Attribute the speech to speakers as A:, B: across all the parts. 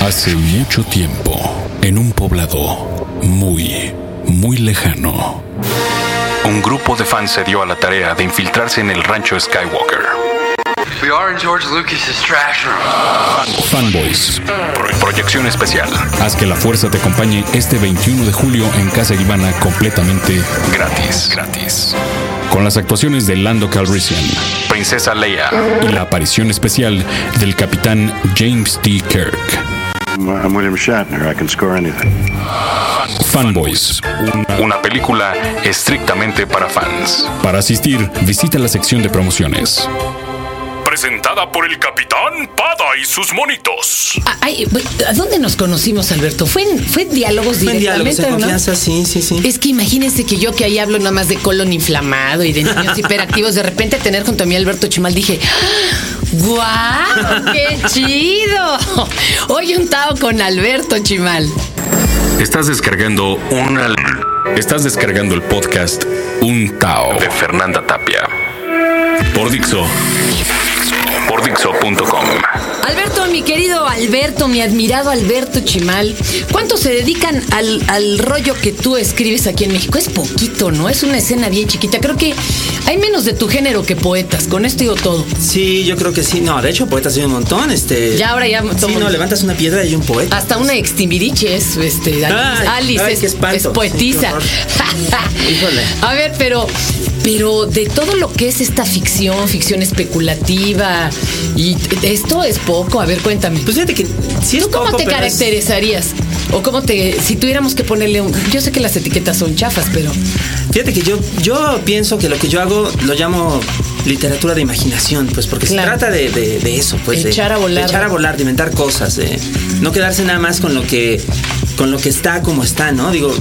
A: Hace mucho tiempo, en un poblado muy, muy lejano, un grupo de fans se dio a la tarea de infiltrarse en el rancho Skywalker.
B: We are in George Lucas's trash room.
A: Fanboys, proyección especial. Haz que la fuerza te acompañe este 21 de julio en Casa Ivana completamente gratis. Gratis. Con las actuaciones de Lando Calrissian, Princesa Leia y la aparición especial del capitán James T. Kirk.
C: I'm William Shatner. I can score anything.
A: Fanboys, una película estrictamente para fans. Para asistir, visita la sección de promociones. Presentada por el capitán Pada y sus monitos.
D: Ah, ay, ¿A dónde nos conocimos, Alberto? ¿Fue en, fue en diálogos
E: Fue en diálogos
D: directamente
E: en
D: o no?
E: confianza, sí, sí, sí.
D: Es que imagínense que yo que ahí hablo nada más de colon inflamado y de niños hiperactivos, de repente tener junto a mí a Alberto Chimal, dije, ¡guau! ¡Qué chido! Hoy un tao con Alberto Chimal.
A: Estás descargando una. Estás descargando el podcast Un Tao de Fernanda Tapia. Por Dixo. Por Dixo.com.
D: Alberto, mi querido Alberto, mi admirado Alberto Chimal, ¿cuántos se dedican al, al rollo que tú escribes aquí en México? Es poquito, ¿no? Es una escena bien chiquita. Creo que hay menos de tu género que poetas. Con esto digo todo.
E: Sí, yo creo que sí. No, de hecho, poetas hay un montón. Este.
D: Ya ahora ya
E: Sí,
D: tomo-
E: no, levantas una piedra y hay un poeta.
D: Hasta una ex Timbiriche es este, Alice,
E: Ay,
D: Alice
E: ay,
D: es,
E: qué espanto.
D: es poetisa.
E: Sí, Híjole.
D: A ver, pero, pero de todo lo que es esta ficción, ficción especulativa, y esto es poco. A ver, cuéntame.
E: Pues fíjate que sí es
D: ¿Tú cómo
E: poco,
D: te
E: pero es-
D: caracterizarías? O cómo te, si tuviéramos que ponerle un, yo sé que las etiquetas son chafas, pero
E: Fíjate que yo, yo pienso que lo que yo hago lo llamo literatura de imaginación, pues porque
D: Claro.
E: se trata de, de- de eso, pues de-
D: Echar a
E: de
D: volar.
E: echar a volar, de inventar cosas, de no quedarse nada más con lo que con lo que está como está, ¿no? Digo,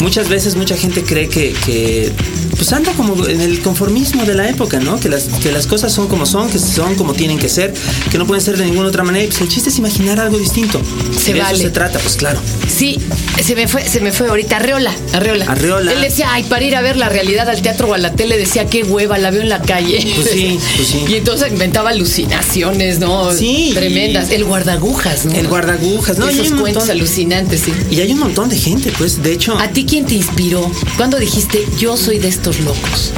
E: muchas veces mucha gente cree que, que, pues anda como en el conformismo de la época, ¿no? Que las, que las cosas son como son, que son como tienen que ser, que no pueden ser de ninguna otra manera. Y pues el chiste es imaginar algo distinto.
D: Se
E: de
D: vale.
E: eso se trata, pues claro.
D: sí, se me fue, se me fue ahorita. Arreola, Arreola.
E: Arreola.
D: Él decía, ay, para ir a ver la realidad al teatro o a la tele, decía, qué hueva, la veo en la calle.
E: Pues sí, pues sí.
D: Y entonces inventaba alucinaciones, ¿no?
E: Sí.
D: Tremendas. El guardagujas, ¿no?
E: El guardagujas, ¿no? Y hay
D: Esos
E: un
D: cuentos
E: montón.
D: alucinantes, sí.
E: Y hay un montón de gente, pues, de hecho.
D: ¿A ti quién te inspiró? ¿Cuándo dijiste, yo soy de estos locos?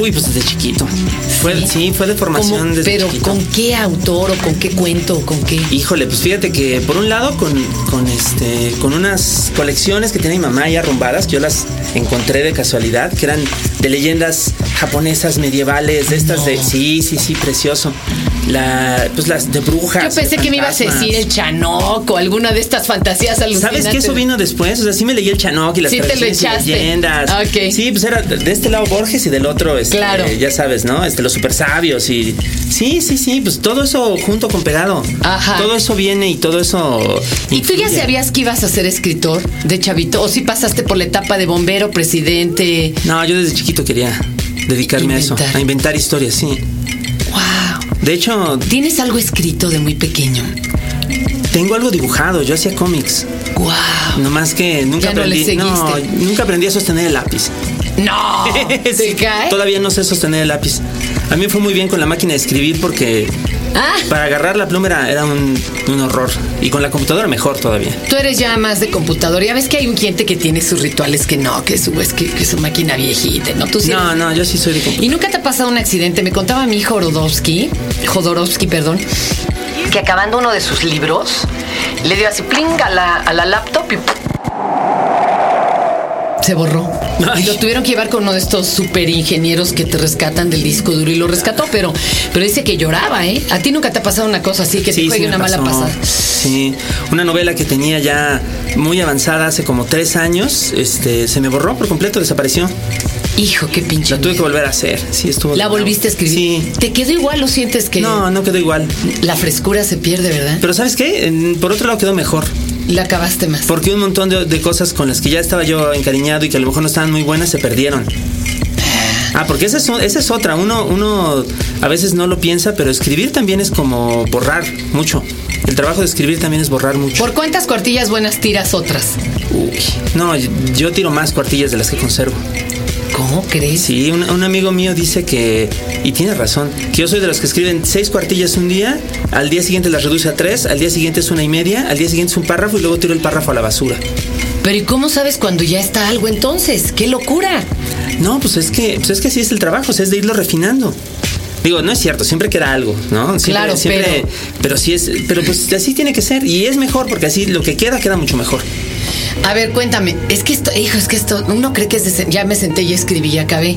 E: Uy, pues desde chiquito. Fue,
D: Sí.
E: sí. fue de formación
D: ¿Cómo?
E: desde
D: Pero
E: chiquito.
D: ¿con qué autor o con qué cuento o con qué?
E: Híjole, pues fíjate que por un lado con, con este con unas colecciones que tiene mi mamá ya arrumbadas, que yo las encontré de casualidad, que eran de leyendas japonesas medievales, de estas de sí, sí, sí, precioso. La, pues las de brujas.
D: Yo pensé
E: de
D: que me ibas a
E: fantasmas.
D: decir el chanoco, alguna de estas fantasías alucinantes.
E: ¿Sabes que eso vino después? O sea, sí me leí el Chanoc y las
D: Sí te lo
E: tradiciones y
D: echaste.
E: leyendas.
D: Ok.
E: Sí, pues era de este lado Borges y del otro, este,
D: Claro.
E: ya sabes, ¿no? Este, los super sabios y. Sí, sí, sí, pues todo eso junto con pegado.
D: Ajá.
E: Todo eso viene y todo eso.
D: ¿Y tú ya
E: influye.
D: sabías que ibas a ser escritor de chavito? ¿O si pasaste por la etapa de bombero, presidente?
E: No, yo desde chiquito quería dedicarme a
D: Inventar.
E: eso, a inventar historias, sí.
D: ¡Wow!
E: De hecho,
D: ¿Tienes algo escrito de muy pequeño?
E: tengo algo dibujado, yo hacía cómics.
D: ¡Wow!
E: Nomás que nunca
D: Ya no le
E: aprendí.
D: seguiste.
E: nunca aprendí a sostener el lápiz.
D: ¡No!
E: Sí,
D: ¿Te cae?
E: Todavía no sé sostener el lápiz. A mí me fue muy bien con la máquina de escribir porque
D: Ah.
E: para agarrar la pluma era, era un, un horror. Y con la computadora mejor todavía.
D: Tú eres ya más de computador. Ya ves que hay un cliente que tiene sus rituales que no, que su, es que, que su máquina viejita, ¿no? Tú sí eres
E: No, no, yo sí soy de computadora.
D: ¿Y nunca te ha pasado un accidente? Me contaba mi hijo Rodowski, Jodorowsky, perdón, que acabando uno de sus libros, le dio así pling a la, a la laptop y ¡pum! se borró.
E: Ay.
D: Y lo tuvieron que llevar con uno de estos super ingenieros que te rescatan del disco duro y lo rescató, pero, pero dice que lloraba, ¿eh? ¿A ti nunca te ha pasado una cosa así que te juegue
E: me
D: una mala
E: pasó.
D: pasada?
E: Sí, una novela que tenía ya muy avanzada hace como tres años, este, se me borró por completo, desapareció.
D: Hijo, qué pinche.
E: La tuve que
D: miedo.
E: volver a hacer. Sí, estuvo.
D: La volviste a escribir.
E: Sí.
D: ¿Te quedó igual o sientes que
E: No, no quedó igual.
D: la frescura se pierde, verdad?
E: Pero ¿sabes qué? En- Por otro lado quedó mejor.
D: La acabaste más.
E: Porque un montón de, de cosas con las que ya estaba yo encariñado y que a lo mejor no estaban muy buenas se perdieron. Ah, porque esa es, un- esa es otra. Uno, uno a veces no lo piensa, pero escribir también es como borrar mucho. El trabajo de escribir también es borrar mucho.
D: ¿Por cuántas cuartillas buenas tiras otras?
E: Uy, no, yo tiro más cuartillas de las que conservo.
D: ¿Cómo crees?
E: Sí, un, un amigo mío dice que, y tiene razón, que yo soy de los que escriben seis cuartillas un día, al día siguiente las reduce a tres, al día siguiente es una y media, al día siguiente es un párrafo y luego tiro el párrafo a la basura.
D: Pero ¿y cómo sabes cuando ya está algo entonces? ¡Qué locura!
E: No, pues es que, pues es que así es el trabajo, o sea, es de irlo refinando. Digo, no es cierto, siempre queda algo, ¿no? Siempre-
D: Claro,
E: siempre,
D: pero-
E: pero sí es, pero pues así tiene que ser y es mejor porque así lo que queda queda mucho mejor.
D: A ver, cuéntame. Es que esto, hijo, es que esto, uno cree que es de se- ya me senté y escribí y acabé.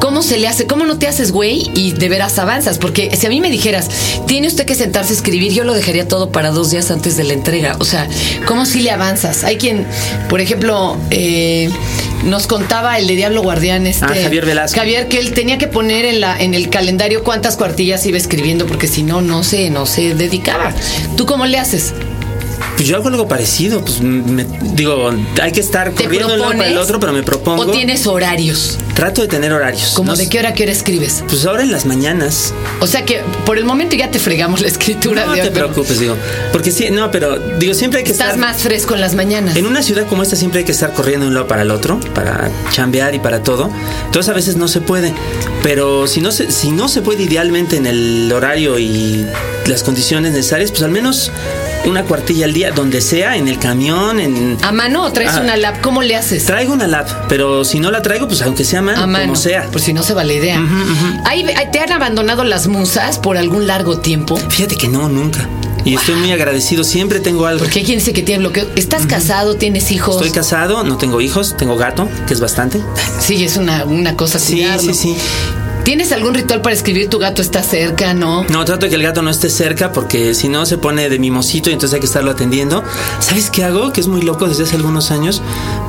D: ¿Cómo se le hace? ¿Cómo no te haces güey y de veras avanzas? Porque si a mí me dijeras, tiene usted que sentarse a escribir, yo lo dejaría todo para dos días antes de la entrega. O sea, ¿cómo si le avanzas? Hay quien, por ejemplo, eh, nos contaba el de Diablo Guardián, este
E: Ah, Javier Velasco.
D: Javier, que él tenía que poner en la, en el calendario cuántas cuartillas iba escribiendo, porque si no, no se, no se dedicaba. ¿Tú cómo le haces?
E: Pues yo hago algo parecido, pues me- digo, hay que estar
D: ¿Te
E: corriendo de un lado para el
D: propones?
E: otro, pero me propongo.
D: ¿O tienes horarios?
E: Trato de tener horarios.
D: ¿Como
E: No
D: de
E: s-
D: qué hora a qué hora escribes?
E: Pues ahora en las mañanas.
D: O sea que por el momento ya te fregamos la escritura
E: No
D: de hoy,
E: te
D: pero
E: preocupes, digo. Porque sí, no, pero digo, siempre hay que
D: Estás
E: estar.
D: más fresco en las mañanas.
E: En una ciudad como esta siempre hay que estar corriendo de un lado para el otro, para chambear y para todo. Entonces a veces no se puede. Pero si no se, si no se puede idealmente en el horario y las condiciones necesarias, pues al menos una cuartilla al día, donde sea, en el camión, en.
D: ¿A mano o traes
E: Ah.
D: una lap? ¿Cómo le haces?
E: Traigo una lap, pero si no la traigo, pues aunque sea a mano,
D: a mano.
E: como sea.
D: Por si no se va la idea. Ahí- ahí ¿Te han abandonado las musas por algún largo tiempo?
E: Fíjate que no, nunca. Y estoy muy agradecido, siempre tengo algo.
D: Porque hay quien dice que tiene bloqueo. ¿Estás casado? ¿Tienes hijos?
E: Estoy casado, no tengo hijos, tengo gato, que es bastante.
D: sí, es una, una cosa
E: Sí,
D: cuidarlo.
E: sí, sí.
D: ¿Tienes algún ritual para escribir? ¿Tu gato está cerca? ¿No?
E: No, trato de que el gato no esté cerca porque si no se pone de mimosito y entonces hay que estarlo atendiendo. ¿Sabes qué hago? Que es muy loco desde hace algunos años.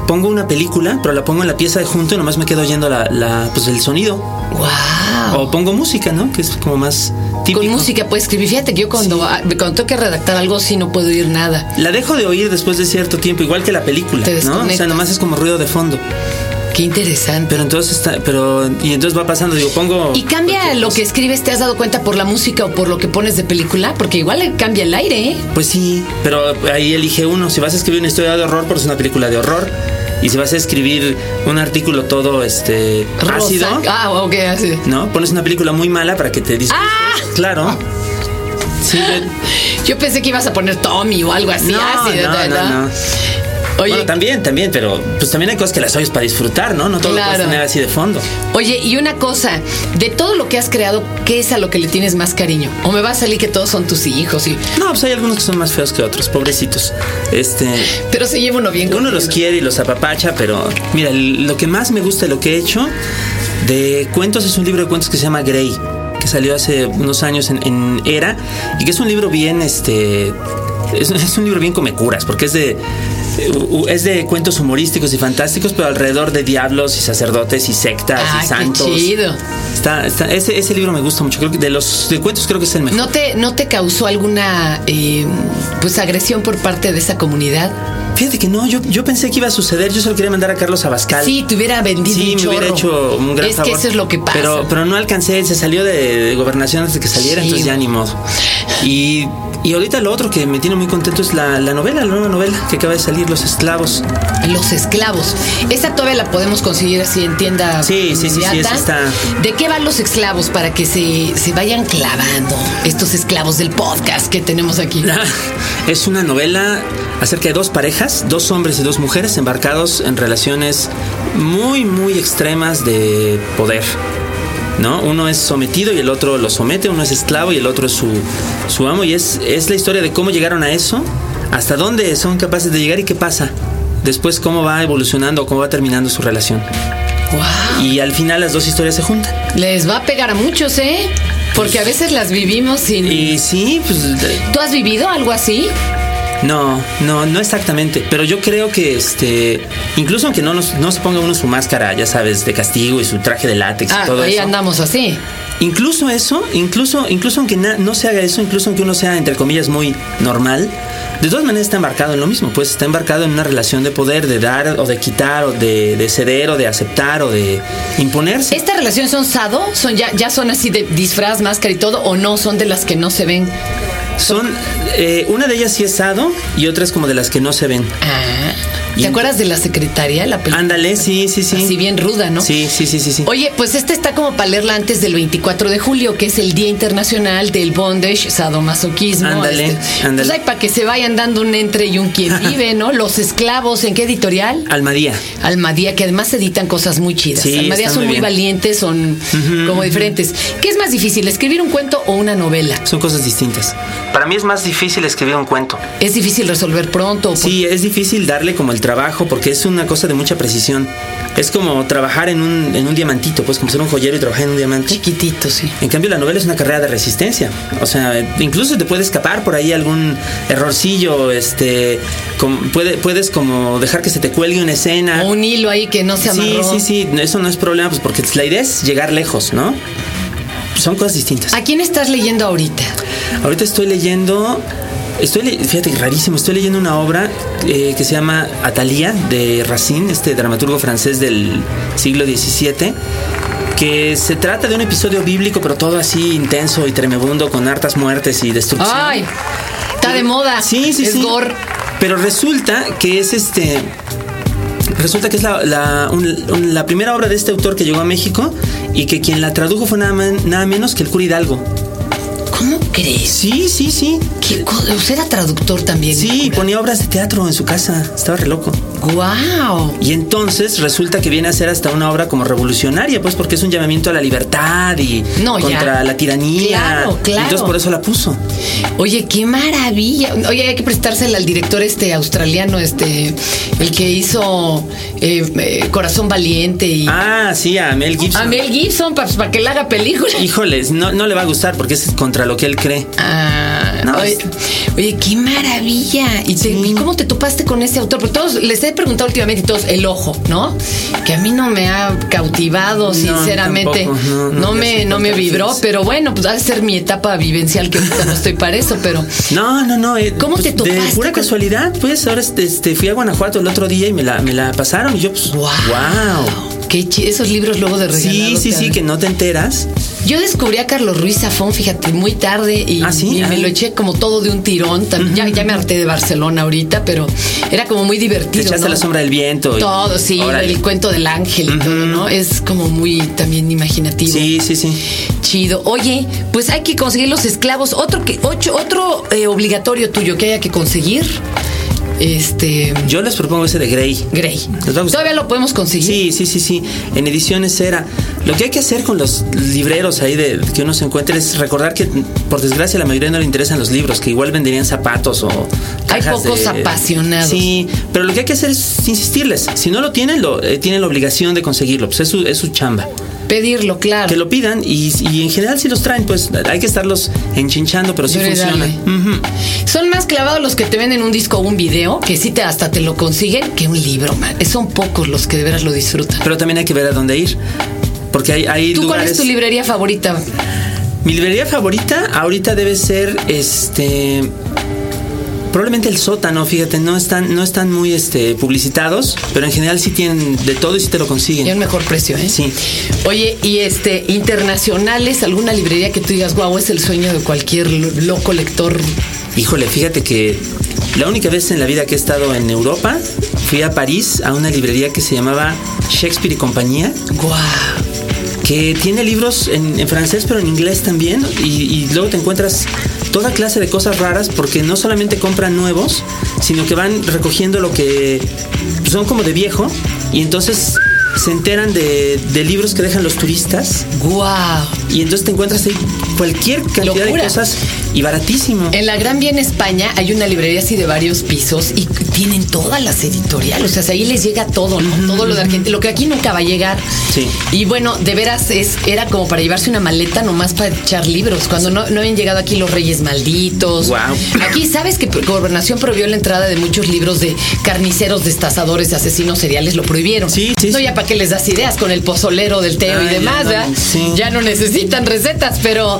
E: Pongo una película, pero la pongo en la pieza de junto y nomás me quedo oyendo la, la, pues, el sonido.
D: ¡Wow!
E: O pongo música, ¿no? Que es como más típico.
D: Ah. Con música puedes escribir. Fíjate que yo cuando, ah, cuando tengo que redactar algo, sí no puedo oír nada.
E: La dejo de oír después de cierto tiempo, igual que la película,
D: Te
E: ¿no? O sea,
D: desconectas.
E: nomás es como ruido de fondo.
D: Qué interesante.
E: Pero entonces está, pero y entonces va pasando, digo, pongo
D: ¿Y cambia lo que escribes? ¿Te has dado cuenta por la música o por lo que pones de película? Porque igual cambia el aire, ¿eh?
E: Pues sí, pero ahí elige uno. Si vas a escribir una historia de horror, pues una película de horror. Y si vas a escribir un artículo todo este
D: Rosa.
E: ácido,
D: Ah, ok, ácido.
E: ¿no? Pones una película muy mala para que te disguste.
D: Ah.
E: Claro. Sí, de-
D: Yo pensé que ibas a poner Tommy o algo así. Ah,
E: no,
D: ácido,
E: no,
D: da, da.
E: no, no.
D: Oye,
E: Bueno, también, también, pero pues también hay cosas que las oyes para disfrutar, ¿no? No todo lo
D: Claro.
E: puedes tener así de fondo.
D: oye, y una cosa, de todo lo que has creado, ¿qué es a lo que le tienes más cariño? ¿O me va a salir que todos son tus hijos? Y...
E: No, pues hay algunos que son más feos que otros, pobrecitos. Este,
D: Pero se lleva uno bien con
E: Uno los quiere y los apapacha, pero mira, l- lo que más me gusta de lo que he hecho de cuentos es un libro de cuentos que se llama Grey, que salió hace unos años en, en Era, y que es un libro bien, este, es, es un libro bien come curas, porque es de, u- u- es de cuentos humorísticos y fantásticos, pero alrededor de diablos y sacerdotes y sectas
D: Ah,
E: y
D: qué
E: santos.
D: chido.
E: Está, está- ese, ese libro me gusta mucho, creo que de los de cuentos creo que es el mejor.
D: ¿No te, ¿No te causó alguna eh, pues agresión por parte de esa comunidad?
E: Fíjate que no, yo, yo pensé que iba a suceder, yo solo quería mandar a Carlos Abascal.
D: Sí, te hubiera vendido
E: Sí,
D: un
E: me hubiera
D: chorro.
E: hecho un gran
D: Es
E: favor.
D: que eso es lo que pasa.
E: Pero, pero no alcancé, se salió de, de gobernación antes de que saliera,
D: Sí.
E: entonces ya ni modo. Y, y ahorita lo otro que me tiene muy contento es la, la novela, la nueva novela que acaba de salir, Los Esclavos.
D: Los esclavos. Esta todavía la podemos conseguir así en tienda.
E: Sí, sí, sí, sí,
D: inmediata.
E: esa está.
D: ¿De qué van los esclavos para que se, se vayan clavando estos esclavos del podcast que tenemos aquí?
E: Es una novela acerca de dos parejas, dos hombres y dos mujeres embarcados en relaciones muy, muy extremas de poder. ¿No? Uno es sometido y el otro lo somete, uno es esclavo y el otro es su, su amo. Y es, es la historia de cómo llegaron a eso, hasta dónde son capaces de llegar y qué pasa. Después cómo va evolucionando, cómo va terminando su relación.
D: Guau.
E: Y al final las dos historias se juntan.
D: Les va a pegar a muchos, ¿eh? Porque a veces las vivimos sin.
E: Y sí, pues de-
D: ¿Tú has vivido algo así?
E: No, no, no exactamente. Pero yo creo que este, incluso aunque no, nos- no se ponga uno su máscara, ya sabes, de castigo y su traje de látex
D: Ah,
E: y todo
D: ahí
E: eso.
D: andamos así.
E: Incluso eso, incluso, incluso aunque na- no se haga eso, incluso aunque uno sea entre comillas muy normal, de todas maneras está embarcado en lo mismo, pues está embarcado en una relación de poder, de dar o de quitar, o de, de ceder, o de aceptar, o de imponerse.
D: ¿Estas relaciones son sado? ¿Son ya, ya son así de disfraz, máscara y todo? ¿O no? ¿Son de las que no se ven?
E: Son eh, una de ellas sí es sado y otra es como de las que no se ven.
D: Ah. ¿Te acuerdas de la secretaria? La película.
E: Ándale, sí, sí, sí.
D: Así bien ruda, ¿no?
E: Sí, sí, sí, sí, sí.
D: Oye, pues esta está como para leerla antes del 24 de julio, que es el Día Internacional del Bondage, Sadomasoquismo.
E: Ándale, ándale.
D: Pues hay para que se vayan dando un entre y un quien vive, ¿no? Los esclavos, ¿en qué editorial?
E: Almadía.
D: Almadía, que además editan cosas muy chidas.
E: Sí,
D: Almadía
E: están
D: son
E: muy
D: muy
E: bien.
D: valientes, son como diferentes. ¿Qué es más difícil, escribir un cuento o una novela?
E: Son cosas distintas. Para mí es más difícil escribir un cuento.
D: ¿Es difícil resolver pronto? o por-
E: Sí, es difícil darle como el trabajo porque es una cosa de mucha precisión. Es como trabajar en un, en un diamantito, pues como ser un joyero y trabajar en un diamante.
D: Chiquitito, sí.
E: En cambio, la novela es una carrera de resistencia. O sea, incluso te puede escapar por ahí algún errorcillo, este, com- puede, puedes como dejar que se te cuelgue una escena.
D: O un hilo ahí que no se
E: sí,
D: amarró.
E: sí, sí, eso no es problema, pues porque la idea es llegar lejos, ¿no? Son cosas distintas.
D: ¿A quién estás leyendo ahorita?
E: Ahorita estoy leyendo. Estoy le- fíjate, rarísimo. Estoy leyendo una obra eh, que se llama Atalía de Racine, este dramaturgo francés del siglo XVII, que se trata de un episodio bíblico, pero todo así intenso y tremebundo, con hartas muertes y destrucción.
D: Ay, está de moda.
E: Sí, sí,
D: es
E: sí.
D: gore.
E: Pero resulta que es este. Resulta que es la, la- un- un- la primera obra de este autor que llegó a México y que quien la tradujo fue nada, men- nada menos que el cura Hidalgo.
D: ¿Cómo crees?
E: Sí, sí, sí.
D: ¿Qué co- ¿Usted era traductor también?
E: Sí, ponía obras de teatro en su casa. Estaba re loco.
D: ¡Guau!
E: Y entonces resulta que viene a ser hasta una obra como revolucionaria, pues porque es un llamamiento a la libertad y
D: No, ya.
E: contra la tiranía.
D: Claro, claro.
E: Entonces por eso la puso.
D: Oye, qué maravilla. Oye, hay que prestársela al director este australiano, este, el que hizo eh, eh, Corazón Valiente y
E: Ah, sí, a Mel Gibson.
D: a Mel Gibson pues, para que le haga película.
E: Híjoles, no, no le va a gustar porque es contra lo que él cree.
D: Ah,
E: No,
D: oye,
E: es-
D: oye, qué maravilla. ¿Y, te- y cómo te topaste con ese autor? Porque todos les he preguntado últimamente, y todos, el ojo, ¿no? Que a mí no me ha cautivado, sinceramente.
E: tampoco, no, no, yo
D: me,
E: sí,
D: no me
E: con
D: vibró,
E: perfiles.
D: pero bueno, pues ha de ser mi etapa vivencial que ahorita no estoy para eso, pero.
E: No, no, no. eh,
D: ¿Cómo te topaste
E: De pura
D: con-
E: casualidad, pues ahora este, este, fui a Guanajuato el otro día y me la, me la pasaron y yo, pues,
D: ¡Wow!
E: wow.
D: Qué chi- esos libros luego de regalados.
E: Sí, sí,
D: te
E: sí,
D: dan.
E: que no te enteras.
D: Yo descubrí a Carlos Ruiz Zafón, fíjate, muy tarde y,
E: ¿Ah, sí?
D: y me
E: Ah.
D: lo eché como todo de un tirón. También, ya, ya me harté de Barcelona ahorita, pero era como muy
E: Te
D: divertido.
E: echaste
D: ¿no?
E: la sombra del viento. y-
D: Todo, sí,
E: Órale.
D: el cuento del ángel y todo, ¿no? Es como muy también imaginativo.
E: Sí, sí, sí.
D: Chido. Oye, pues hay que conseguir los esclavos. Otro que ocho, otro eh, obligatorio tuyo que haya que conseguir. Este
E: Yo les propongo ese de Grey.
D: Grey.
E: Les va a gustar.
D: Todavía lo podemos conseguir.
E: Sí, sí, sí, sí. En ediciones era. Lo que hay que hacer con los libreros ahí de que uno se encuentre es recordar que, por desgracia, a la mayoría no le interesan los libros, que igual venderían zapatos o.
D: Hay
E: cajas
D: pocos
E: de-
D: apasionados.
E: Sí, pero lo que hay que hacer es insistirles. Si no lo tienen, lo, eh, tienen la obligación de conseguirlo. Pues es su, es su chamba.
D: Pedirlo, claro.
E: Que lo pidan y, y en general, si los traen, pues hay que estarlos enchinchando, pero sí
D: Dale,
E: funciona.
D: dale.
E: Ujú.
D: Son más clavados los que te venden un disco o un video, que sí te hasta te lo consiguen, que un libro, man. Son pocos los que de veras lo disfrutan.
E: Pero también hay que ver a dónde ir. Porque hay, hay
D: ¿Tú cuál
E: lugares.
D: es tu librería favorita?
E: Mi librería favorita ahorita debe ser este. Probablemente el sótano, fíjate, no están, no están muy este, publicitados, pero en general sí tienen de todo y sí te lo
D: Y a un
E: consiguen.
D: mejor precio, ¿eh?
E: Sí.
D: Oye, y este, internacionales, alguna librería que tú digas, guau, es el sueño de cualquier lo- loco lector.
E: Híjole, fíjate que la única vez en la vida que he estado en Europa fui a París a una librería que se llamaba Shakespeare y Compañía,
D: Guau.
E: que tiene libros en, en francés pero en inglés también y, y luego te encuentras toda clase de cosas raras porque no solamente compran nuevos sino que van recogiendo lo que pues, son como de viejo y entonces se enteran de, de libros que dejan los turistas
D: Guau.
E: y entonces te encuentras ahí cualquier cantidad
D: Locura.
E: de cosas y baratísimo
D: En la Gran Vía en España hay una librería así de varios pisos y tienen todas las editoriales. O sea, ahí les llega todo, ¿no? Todo lo de Argentina, lo que aquí nunca va a llegar.
E: Sí.
D: Y bueno, de veras es, era como para llevarse una maleta nomás para echar libros. Cuando no, no habían llegado aquí los Reyes Malditos.
E: Guau.
D: Aquí sabes que Gobernación prohibió la entrada de muchos libros de carniceros, destazadores, de asesinos seriales, lo prohibieron.
E: Sí, sí,
D: No,
E: sí.
D: ya para qué les das ideas con el pozolero del teo
E: Ah,
D: y
E: ya
D: demás,
E: no,
D: ¿verdad?
E: sí.
D: Ya no necesitan recetas, pero,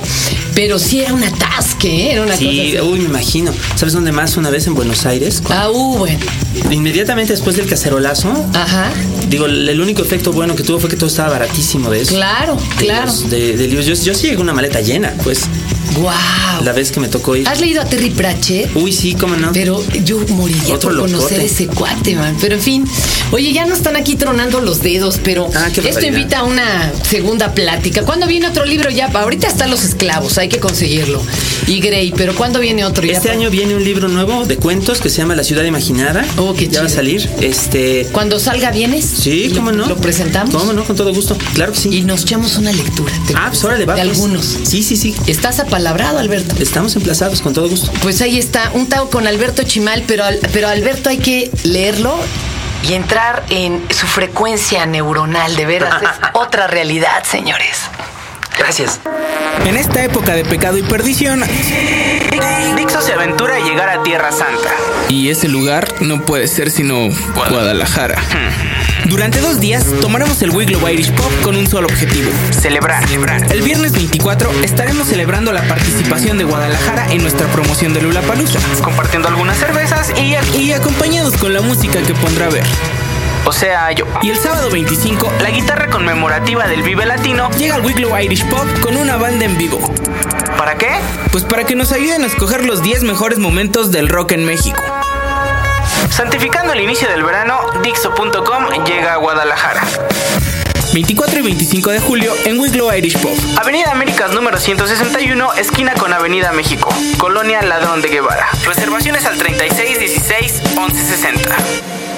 D: pero sí era un atasque, ¿eh? era una
E: sí
D: cosa. así.
E: uy me imagino sabes dónde más una vez en Buenos Aires
D: Ah, uh, bueno.
E: inmediatamente después del cacerolazo
D: Ajá.
E: digo, el único efecto bueno que tuvo fue que todo estaba baratísimo de eso.
D: Claro,
E: De
D: claro.
E: los- de- de libros. Yo, yo sí llegué con una maleta llena, pues,
D: Wow.
E: la vez que me tocó ir.
D: ¿Has leído a Terry Pratchett?
E: Uy, sí, cómo no.
D: Ah, Pero yo moriría
E: Otro
D: por conocer
E: locote.
D: ese cuate, man. Pero en fin, oye, ya no están aquí tronando los dedos, pero
E: Ah, qué
D: esto
E: barbaridad.
D: invita a una segunda plática. ¿Cuándo viene otro libro ya? pa? Ahorita están los esclavos, hay que conseguirlo. Y Grey, pero ¿cuándo viene otro ya?
E: Este
D: pa?
E: año viene un libro nuevo de cuentos que se llama La ciudad imaginada.
D: Oh, qué
E: ya va a
D: chido.
E: salir. Este,
D: Cuando salga vienes.
E: sí,
D: ¿Y
E: cómo no.
D: Lo presentamos.
E: Cómo no, con todo gusto. Claro que sí.
D: Y nos echamos una lectura. ¿te
E: ah,
D: parece?
E: pues órale, va.
D: De
E: pues.
D: algunos.
E: Sí, sí, sí.
D: Estás apalabrado, Alberto.
E: Estamos emplazados con todo gusto.
D: Pues ahí está, un tao con Alberto Chimal, pero, al- pero Alberto hay que leerlo y entrar en su frecuencia neuronal, de veras. Es otra realidad, señores.
E: Gracias.
F: En esta época de pecado y perdición,
G: Dixo se aventura a llegar a Tierra Santa.
F: y ese lugar no puede ser sino Guadalajara. Durante dos días tomaremos el Wiglove Irish Pop con un solo objetivo.
G: Celebrar.
F: El viernes 24 estaremos celebrando la participación de Guadalajara en nuestra promoción de Lula Palusa
G: Compartiendo algunas cervezas y... el-
F: y acompañados con la música que pondrá a ver.
G: O sea, yo...
F: Y el sábado 25
G: La guitarra conmemorativa del Vive Latino.
F: llega el Wiglove Irish Pop con una banda en vivo.
G: ¿Para qué?
F: Pues para que nos ayuden a escoger los 10 mejores momentos del rock en México.
G: Santificando el inicio del verano, Dixo.com llega a Guadalajara.
F: 24 y 25 de julio en Wiglove Irish Pop.
G: Avenida Américas número 161, esquina con Avenida México, Colonia Ladrón de Guevara. Reservaciones al 3616 1160.